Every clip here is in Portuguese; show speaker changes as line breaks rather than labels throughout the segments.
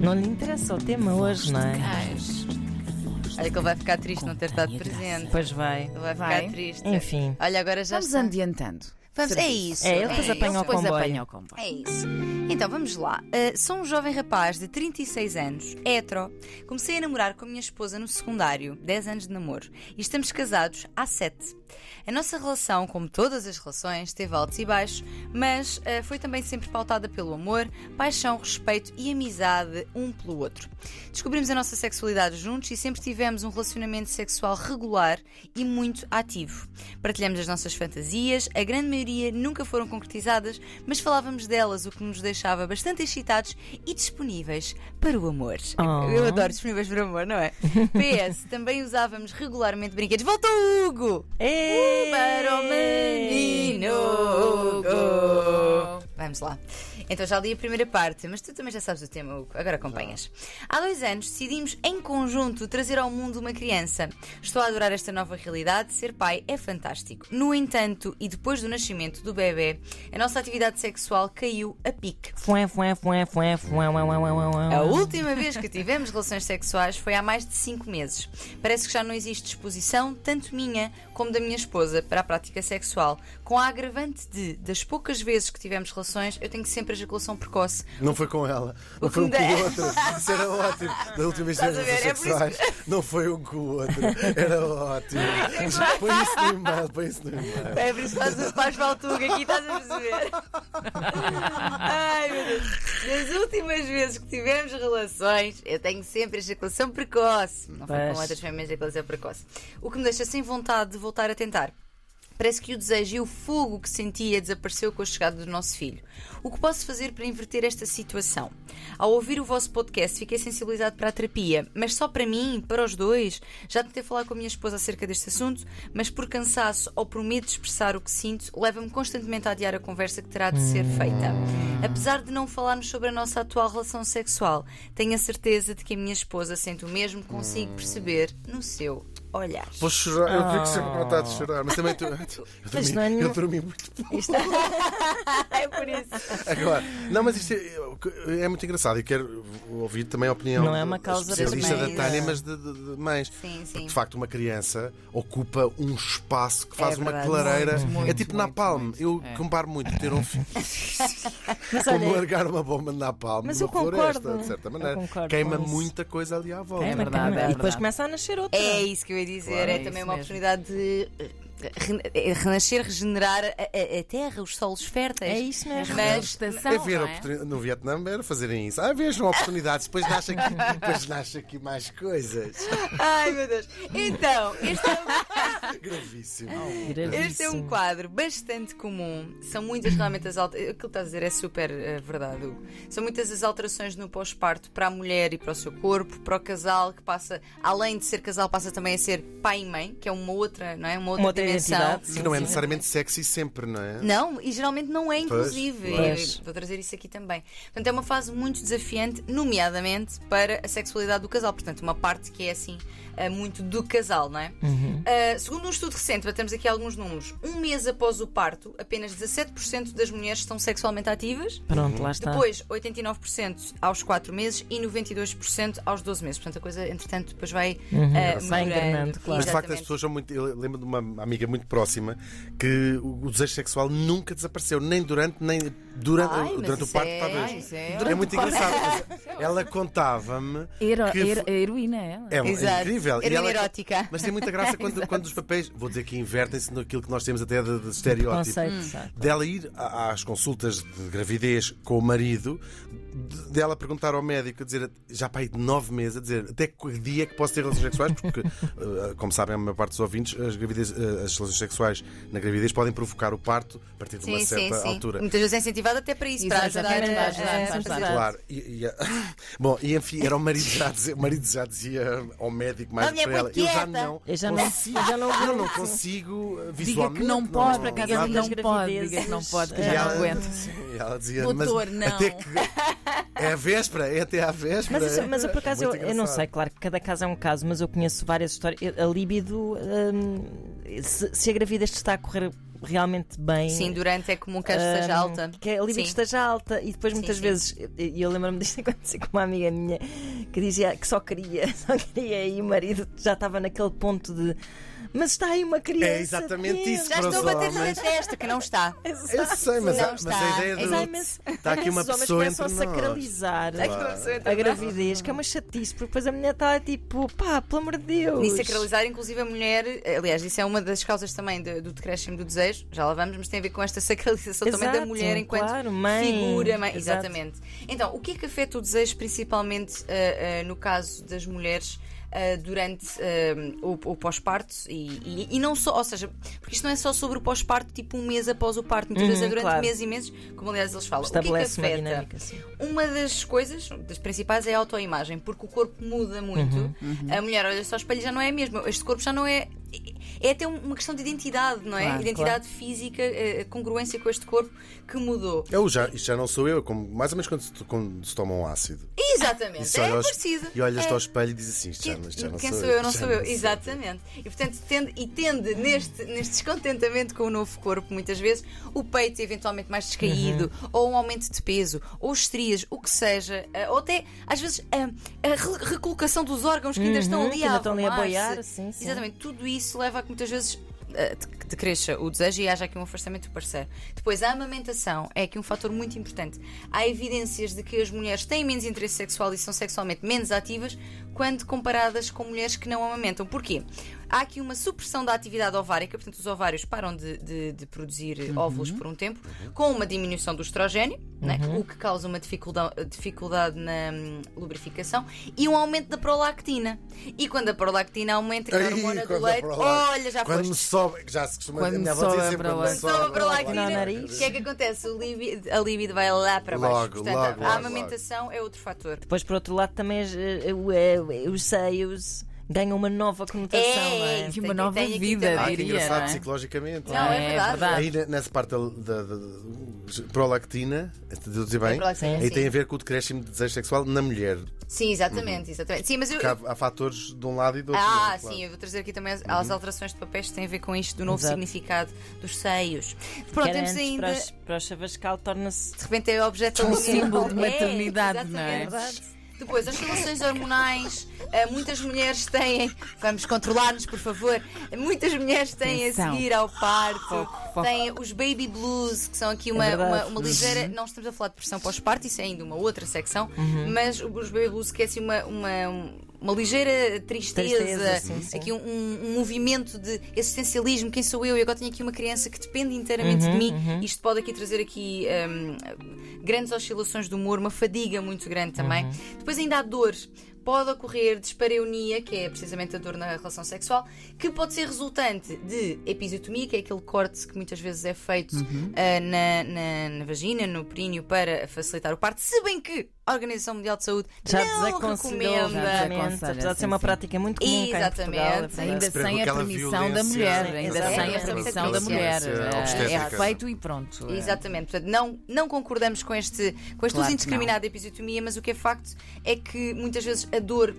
Não lhe interessa o tema hoje, não é?
Olha que ele vai ficar triste não ter estado presente.
Pois vai.
Ele vai ficar
Vai.
triste.
Enfim.
Olha, agora já
Vamos
está.
adiantando.
Vamos, é
Serviço.
isso.
É, ele depois
isso.
apanha o
Depois
comboio.
apanha o comboio.
É isso. Então vamos lá. Uh, sou um jovem rapaz de 36 anos, hetero. Comecei a namorar com a minha esposa no secundário, 10 anos de namoro, e estamos casados há 7. A nossa relação, como todas as relações, teve altos e baixos, mas uh, foi também sempre pautada pelo amor, paixão, respeito e amizade um pelo outro. Descobrimos a nossa sexualidade juntos e sempre tivemos um relacionamento sexual regular e muito ativo. Partilhamos as nossas fantasias, a grande maioria nunca foram concretizadas, mas falávamos delas, o que nos deixava bastante excitados e disponíveis para o amor.
Oh.
Eu adoro disponíveis para o amor, não é? PS, também usávamos regularmente brinquedos. Volta o Hugo!
Ei!
Para o menino Hugo. Vamos lá. Então já li a primeira parte, mas tu também já sabes o tema, Hugo. Agora acompanhas. Há dois anos decidimos em conjunto trazer ao mundo uma criança. Estou a adorar esta nova realidade, ser pai é fantástico. No entanto, e depois do nascimento do bebê, a nossa atividade sexual caiu a pique.
Fué, fué, fué, fué, fué, ué, ué, ué, ué, ué. É
A última vez que tivemos relações sexuais foi há mais de 5 meses. Parece que já não existe disposição, tanto minha como da minha esposa, para a prática sexual. Com a agravante de, das poucas vezes que tivemos relações, eu tenho sempre ejaculação precoce.
Não foi com ela, não foi um
que
com
me
o
der.
outro. Isso era ótimo. Da última vez que
Estás a
tivemos
ver? É por isso
sexuais, não foi um com o outro. Era ótimo. Põe isso no e-mail, põe isso no e-mail.
É por isso que faz, faz Valtuga aqui, estás a perceber? Ai meu Deus. Das últimas vezes que tivemos relações, eu tenho sempre ejaculação precoce. Não foi
Pois.
com outras, foi mesmo ejaculação precoce. O que me deixa sem vontade de voltar a tentar. Parece que o desejo e o fogo que sentia desapareceu com a chegada do nosso filho. O que posso fazer para inverter esta situação? Ao ouvir o vosso podcast, fiquei sensibilizado para a terapia, mas só para mim, para os dois. Já tentei falar com a minha esposa acerca deste assunto, mas por cansaço ou por medo de expressar o que sinto, leva-me constantemente a adiar a conversa que terá de ser feita. Apesar de não falarmos sobre a nossa atual relação sexual, tenho a certeza de que a minha esposa sente o mesmo que consigo perceber no seu olhar.
Vou chorar, eu tenho que ser vontade de chorar, mas também tu, eu,
Mas não é
dormi,
nenhum-
Ah. eu dormi muito pouco.
É por isso.
Agora, não, mas isto é, é muito engraçado e quero ouvir também a opinião
Não é uma causa
especialista da
de mães.
Tânia, mas de, de, de mães.
Sim,
Porque
sim.
de facto uma criança ocupa um espaço que
É
faz uma
verdade,
clareira.
muito, muito,
é tipo
muito,
napalm.
muito.
Eu comparo muito ter um filho.
Mas
Como
olha,
largar uma bomba na palma
Mas
numa
eu concordo.
floresta, de certa
Eu
maneira.
concordo
Queima
com isso.
muita coisa ali à volta.
é
verdade,
verdade.
é
E depois
verdade.
começa a nascer outra.
É isso que eu ia dizer,
Claro,
é, também
é isso
uma
mesmo.
oportunidade de eh, rena- eh, renascer, regenerar a, a- a terra, os solos férteis.
É isso mesmo.
Mas
Então,
Estação,
É ver
não é?
oportuni- no Vietnã era fazerem isso. Ah, vejam oportunidades, depois nasce aqui, depois nasce aqui mais coisas.
Ai meu Deus! Então, este é, um,
Gravíssimo.
este é um quadro bastante comum. São muitas realmente as alterações. Aquilo que estás a dizer é super eh, verdade, Hugo. São muitas as alterações no pós-parto para a mulher e para o seu corpo, para o casal que passa, além de ser casal, passa também a ser pai e mãe, que é uma outra, não é? Uma outra,
Uma outra
dimensão.
identidade.
Que não é necessariamente sexy sempre, não é?
Não, e geralmente não é,
Pois,
inclusive.
pois.
Eu Vou trazer isso aqui também. Portanto, é uma fase muito desafiante, nomeadamente para a sexualidade do casal. Portanto, uma parte que é assim eh, muito do casal, não é?
Uhum.
Eh, segundo um estudo recente, batemos aqui alguns números. Um mês após o parto, apenas 17% das mulheres estão sexualmente ativas.
Pronto, lá está.
Depois, 89% aos 4 meses e 92% aos 12 meses. Portanto, a coisa, entretanto, depois vai eh,
Uhum. Vai
melhorando.
engrenando, claro.
Mas de facto
Exatamente.
as pessoas são muito. Eu lembro de uma amiga muito próxima que o o desejo sexual nunca desapareceu, nem durante, nem durante,
Ai, mas
durante o
isso
parto,
é-
talvez.
ai,
isso é-
é muito engraçado. mas Ela contava-me
Hero-
que
hero- heroína é ela.
É,
Exato.
é incrível. E
Heroína
ela-
erótica.
Mas tem muita graça quando, quando os papéis, vou dizer que invertem-se naquilo que nós temos até de, de estereótipo.
Conceito,
Hum.
sabe?
Dela ir a- às consultas de gravidez com o marido, de- dela perguntar ao médico, dizer, já para aí de nove meses, a dizer até que dia é que posso ter relações sexuais, porque, eh, como sabem, a maior parte dos ouvintes, as, gravidez, eh, as relações sexuais na gravidez podem provocar o parto a partir de uma certa altura.
Muitas vezes é incentivado até para isso, para ajudar,
Exatamente,
a-
para ajudar,
a-
para
a-
ajudar.
Claro, e, e a- bom, e enfim, era o marido já dizia, o marido já dizia ao médico mais
A mulher
para ela.
muito
Eu já
quieta.
não,
Eu já não-
consigo,
já não-
eu não consigo eh,
Diga
visualmente.
que não pode, para
diga
casa
que
não
das
pode.
gravidezes.
Diga que não pode, que
É.
E
já
ela-
não aguento.
sim, e ela dizia,
Doutor,
mas
não.
até que é a véspera, é até à véspera. É
Mas, isso- mas eu, por acaso, eu,
Muito
eu não
engraçado.
sei, claro que cada caso é um caso, mas eu conheço várias histórias. Eu- A libido, hum, se, se a gravidez está a correr realmente bem.
Sim, durante é comum que a esteja
Ahm,
alta.
Que é a libido
Sim.
esteja alta. E depois muitas
sim.
vezes, e eu lembro-me disto acontecer com uma amiga minha que dizia que só queria, só queria, e o marido já estava naquele ponto de. Mas está aí uma criança.
É exatamente
dentro."
isso,
Já
para os
estou a bater na
homens.
testa, que não está.
Eu sei, mas,
Não
a, mas a
está.
ideia
Mas
Há
há
do.
imenso-
Está aqui uma
imensos homens
pessoa
começam
entre
a
nós.
sacralizar
É
a
Claro.
gravidez, que é uma chatice, porque depois a mulher está tipo, pá, pelo amor de Deus.
E sacralizar, inclusive, a mulher. Aliás, isso é uma das causas também do, do decréscimo do desejo, já lá vamos, mas tem a ver com esta sacralização também da
Exato,
mulher enquanto
claro, mãe.
figura. Mãe.
Exato.
Exatamente. Então, o que é que afeta o desejo, principalmente ah, ah, no caso das mulheres? ah, durante ah, o, o pós-parto e, e- e não só, ou seja, porque isto não é só sobre o pós-parto, tipo um mês após o parto, muitas vezes é durante
Uhum, claro.
meses e meses, como aliás eles falam.
Estabelece
o que é
uma
que afeta?
dinâmica, sim.
Uma das coisas, das principais, é a autoimagem, porque o corpo muda muito.
Uhum.
A mulher olha só ao espelho e já não é a mesma. Este corpo já não é. É até um- uma questão de identidade, não é?
Claro,
identidade física, eh, congruência com este corpo que mudou.
Eu já, isto já não sou eu, é como, mais ou menos quando se, quando se toma um ácido.
Exatamente,
se
é
olha aos-
parecido.
E olhas-te
É.
ao espelho e dizes assim: isto já, não- isto já não
Quem
sou
sou eu, não
já
sou eu.
sou
Exatamente. E portanto tende, e tende neste, neste descontentamento com o novo corpo, muitas vezes, o peito eventualmente mais descaído,
Uhum.
ou um aumento de peso, ou estrias, o que seja, eh, ou até às vezes a, a re- recolocação dos órgãos que ainda estão
Uhum,
ali
que
a
ainda estão ali a
arrumar-se.
boiar, sim, sim.
Exatamente, tudo isso leva a que muitas vezes eh, de- decresça o desejo e haja aqui um afastamento do parceiro. Depois, a amamentação é aqui um fator muito importante. Há evidências de que as mulheres têm menos interesse sexual e são sexualmente menos ativas quando comparadas com mulheres que não amamentam. Porquê? Há aqui uma supressão da atividade ovárica, portanto, os ovários param de, de- de produzir eh, óvulos por um tempo, com uma diminuição do estrogênio, né, o que causa uma dificuldade, dificuldade na hum, lubrificação, e um aumento da prolactina. E quando a prolactina aumenta, que é a
Ai,
hormona do
quando
leite,
dá para lá.
olha, já
Quando me
foste.
sobe, que já se costuma
Quando
a minha
me
avó dizia
sobe
sempre,
para
quando
lá.
me
Só a
sobe,
No
prolactina, o
nariz.
que é que acontece? O libido, a libido vai lá para baixo.
Logo,
Portanto,
logo,
a
logo,
amamentação é outro fator.
Depois, por outro lado, também as- eh, o- eh, os seios ganham uma nova conotação. não é?
isso,
E uma
tem-
nova
tem aqui
vida,
também.
Ah, que
Diria,
engraçado
não é?
psicologicamente.
Não, é
É
verdade.
verdade.
Aí ne- nessa parte da, da- da- prolactina, estou a dizer bem,
É prolactina,
aí
sim.
tem a ver com o decréscimo de desejo sexual na mulher.
Sim, exatamente, exatamente. Sim, mas eu.
Porque há, há fatores de um lado e do outro. não
Ah,
é? Claro. Uhum.
sim, eu vou trazer aqui também as, as alterações de papéis que têm a ver com isto, do novo
Exato.
significado dos seios. Pronto,
Quer
temos
antes
ainda.
para, os- para o Chavascal torna-se
De repente é objeto
Um
alienado.
símbolo de
É,
maternidade, não é?
exatamente. Depois, as relações hormonais, eh, muitas mulheres têm, vamos controlar-nos, por favor. Muitas mulheres têm a
Atenção.
seguir ao parto,
Foco, É foco.
têm os baby blues, que são aqui uma,
verdade.
uma, uma
Uhum.
ligeira. Não estamos a falar de pressão pós-parto, isso é ainda uma outra secção, mas os baby blues que é assim uma. uma uma ligeira tristeza,
Tristeza, sim, sim.
aqui um, um- um movimento de existencialismo, quem sou eu? E agora tenho aqui uma criança que depende inteiramente
Uhum,
de mim. Isto pode aqui trazer aqui hum, grandes oscilações do humor, uma fadiga muito grande também.
Uhum.
Depois ainda há dor. Pode ocorrer dispareunia, que é precisamente a dor na relação sexual, que pode ser resultante de episiotomia, que é aquele corte que muitas vezes é feito
Uhum.
ah, na, na- na vagina, no períneo, para facilitar o parto, se bem que a Organização Mundial de Saúde
Já
não
desaconselhou,
recomenda.
exatamente,
Desaconselha,
apesar de ser
sim,
uma
sim.
prática muito comum
Exatamente.
cá em Portugal. é verdade.
Ainda
Sempre
sem a
aquela
permissão da
violência,
mulher,
sim,
ainda
exatamente.
sem a
Aquela
permissão da mulher.
violência
É, É
obstétrica.
feito e pronto. É.
Exatamente, portanto, não, não concordamos com este, com este
Claro
uso
que
indiscriminado da episiotomia, mas o que é facto é que muitas vezes a dor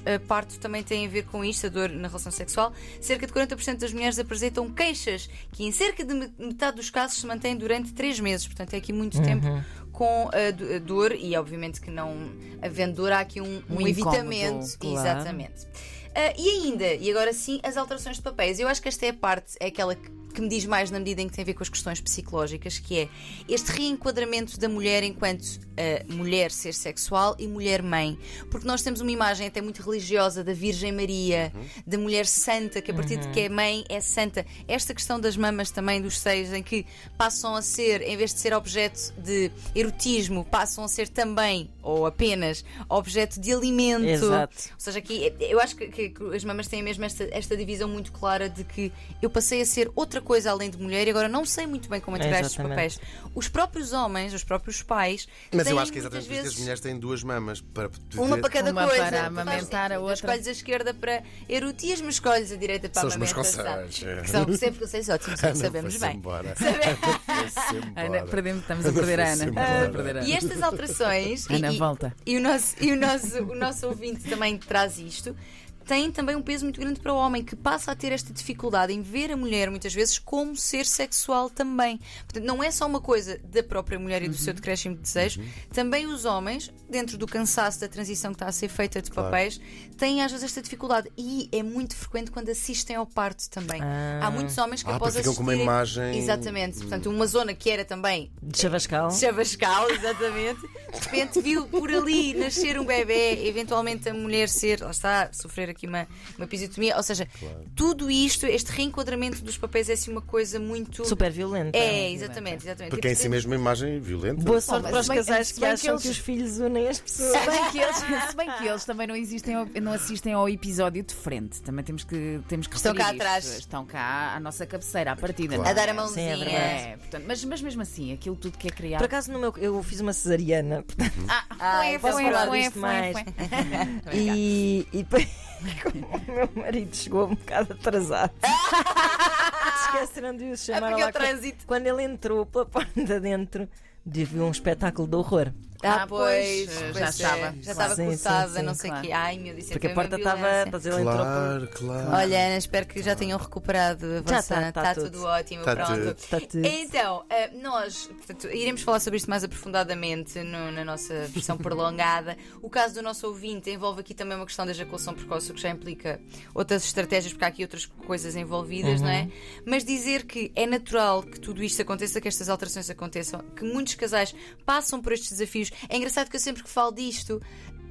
pós-parto também tem a ver com isto, a dor na relação sexual. Cerca de 40% das mulheres apresentam queixas que, em cerca de me- metade dos casos, se mantêm durante 3 meses, portanto, é aqui
Uhum.
muito tempo com a do- a dor e, obviamente, que não havendo dor, há aqui um, um
Um incómodo,
evitamento.
claro.
Exatamente. Ah, e ainda, e agora sim, as alterações de papéis. Eu acho que esta é a parte, é aquela que, que me diz mais na medida em que tem a ver com as questões psicológicas, que é este reenquadramento da mulher enquanto ah, mulher ser sexual e mulher mãe. Porque nós temos uma imagem até muito religiosa da Virgem Maria, da mulher santa, que a partir de que é mãe é santa. Esta questão das mamas também, dos seios, em que passam a ser, em vez de ser objeto de erotismo, passam a ser também, ou apenas, objeto de alimento.
Exato.
Ou seja, aqui eu acho que, que- que as mamas têm mesmo esta, esta divisão muito clara de que eu passei a ser outra coisa além de mulher e agora não sei muito bem
É,
como integrar estes
Exatamente.
papéis. Os próprios homens, os próprios pais,
Mas eu
têm
acho que
muitas
é exatamente por isso que as
vezes
mulheres têm duas mamas para
uma para cada
Uma
coisa.
para
Tu
amamentar, a
tu
outra-
Escolhes a esquerda para erotismo, escolhes a direita para
São os meus
amamentação.
conselhos.
Que são sempre conselhos ótimos, é que
Ana,
sabemos
foi-se
bem.
Embora.
Ana,
Ana,
perdemos, estamos a perder a Ana.
Sim,
Estamos a
claro.
perder a
E é
Ana.
estas alterações.
Ana,
e- e-
volta.
E o nosso, e o nosso, o nosso ouvinte também traz isto. têm também um peso muito grande para o homem, que passa a ter esta dificuldade em ver a mulher, muitas vezes, como ser sexual também. Portanto, não é só uma coisa da própria mulher
Uhum.
e do seu decréscimo de desejo, também os homens, dentro do cansaço da transição que está a ser feita de papéis, têm às vezes esta dificuldade. E é muito frequente quando assistem ao parto também. Há muitos homens que
Ah,
após
pois ficam com uma
assistirem-
imagem-
Exatamente. Portanto, uma zona que era também
De Chavascal.
Chavascal, exatamente. De repente viu por ali nascer um bebê, eventualmente a mulher ser, lá está, sofrer aqui uma, uma episiotomia. Ou seja, tudo isto, este reenquadramento dos papéis é assim uma coisa muito.
Super violenta.
É, exatamente, exatamente. Tipo,
Porque é em si mesmo uma imagem violenta.
Boa sorte
mas
para os
se bem-
casais
se
que
bem que
acham que,
eles-
os filhos unem as pessoas.
Se bem, que eles, se bem que eles também não, existem, ao- não assistem ao episódio de frente, também temos que, temos que
Estão
referir
cá
isto.
atrás.
Estão cá à nossa cabeceira, à partida.
A
não
dar a
é?
mãozinha.
Sim, é verdade.
É, portanto, mas, mas mesmo assim, aquilo tudo que é criado.
Por acaso, no meu, eu fiz uma cesariana, portanto,
Ah, então
posso
foi,
falar
foi,
disto
foi,
mais.
foi.
E, e depois, como o meu marido chegou um bocado atrasado, esqueceram de o chamar
É porque
lá
é o trânsito.
Quando ele entrou pela porta dentro, devia um espetáculo de horror.
Ah,
Ah,
pois,
pois,
pois
já
é.
estava.
Já estava
Sim, sim,
coçada,
sim,
não sei o
claro.
quê. Ai, meu Deus, isso é
Porque
que
a
é uma
porta estava.
violência.
Mas ele entrou por.
Claro, claro.
Olha, Ana, espero que já tenham recuperado a
Já
vossa.
tá, tá
Tá
tudo.
tudo ótimo,
Tá
pronto.
tudo.
Tá tudo.
Então, eh, nós portanto, iremos falar sobre isto mais aprofundadamente no- na nossa versão prolongada. O caso do nosso ouvinte envolve aqui também uma questão da ejaculação precoce, o que já implica outras estratégias, porque há aqui outras coisas envolvidas, não
Uhum.
é? Mas dizer que é natural que tudo isto aconteça, que estas alterações aconteçam, que muitos casais passam por estes desafios. É engraçado que eu sempre que falo disto.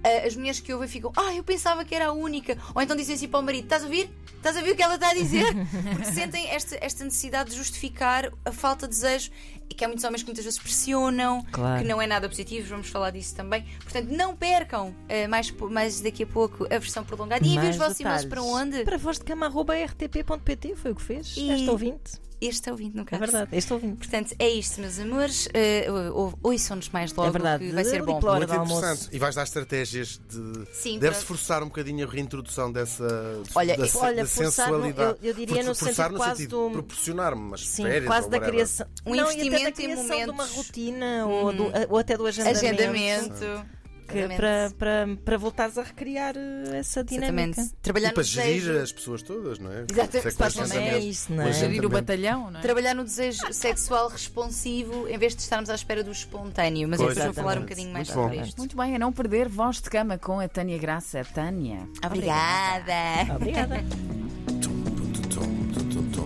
eh, As mulheres que ouvem ficam, ah, eu pensava que era a única. Ou então dizem assim para o marido: estás a ouvir? Estás a ouvir o que ela está a dizer? Porque sentem esta, esta necessidade de justificar a falta de desejo e que há muitos homens que muitas vezes pressionam,
Claro.
que não é nada positivo, vamos falar disso também. Portanto, não percam eh, mais, po- mais daqui a pouco a versão prolongada. E enviem
mais
os vossos e-mails para
detalhes.
onde?
Para voz de cama, arroba rtp.pt, foi o que fez.
E-
Este ouvinte.
Este é o ouvinte, no
É
caso.
verdade, este ouvinte.
Portanto, é isto, meus amores. Eh, ou- ouçam-nos mais logo,
É verdade.
que vai ser
Ali
bom.
pela hora
Muito
do almoço.
interessante. E vais dar estratégias de.
Sim,
Deve-se
para-
forçar um bocadinho a reintrodução dessa.
Olha,
da,
e-
se-
olha,
da
forçar no-
sensualidade.
eu- eu diria
Forçar
no sentido
no
quase
sentido
do-
de proporcionar umas
Sim,
férias
quase
ou
da
whatever.
criação.
Um
Não, e até da
investimento em
criação de uma
momentos. Hum.
rotina ou, do- ou até do agendamento.
Agendamento.
que- é
Exatamente.
para, para, para voltares a recriar eh, essa dinâmica.
Exatamente. Trabalhar
E para
no desejo.
gerir as pessoas todas, não é?
Exatamente,
Isso é que
faz
faz
também
Também é
sentido.
isso, não é?
Mas
gerir
Também.
o batalhão, não é?
Trabalhar no desejo sexual responsivo em vez de estarmos à espera do espontâneo. Mas eu
Pois,
depois vou falar um
exatamente.
bocadinho mais
Muito bom.
sobre isto.
Muito é bem, a não perder voz de cama com a Tânia Graça. Tânia.
Obrigada.
Obrigada.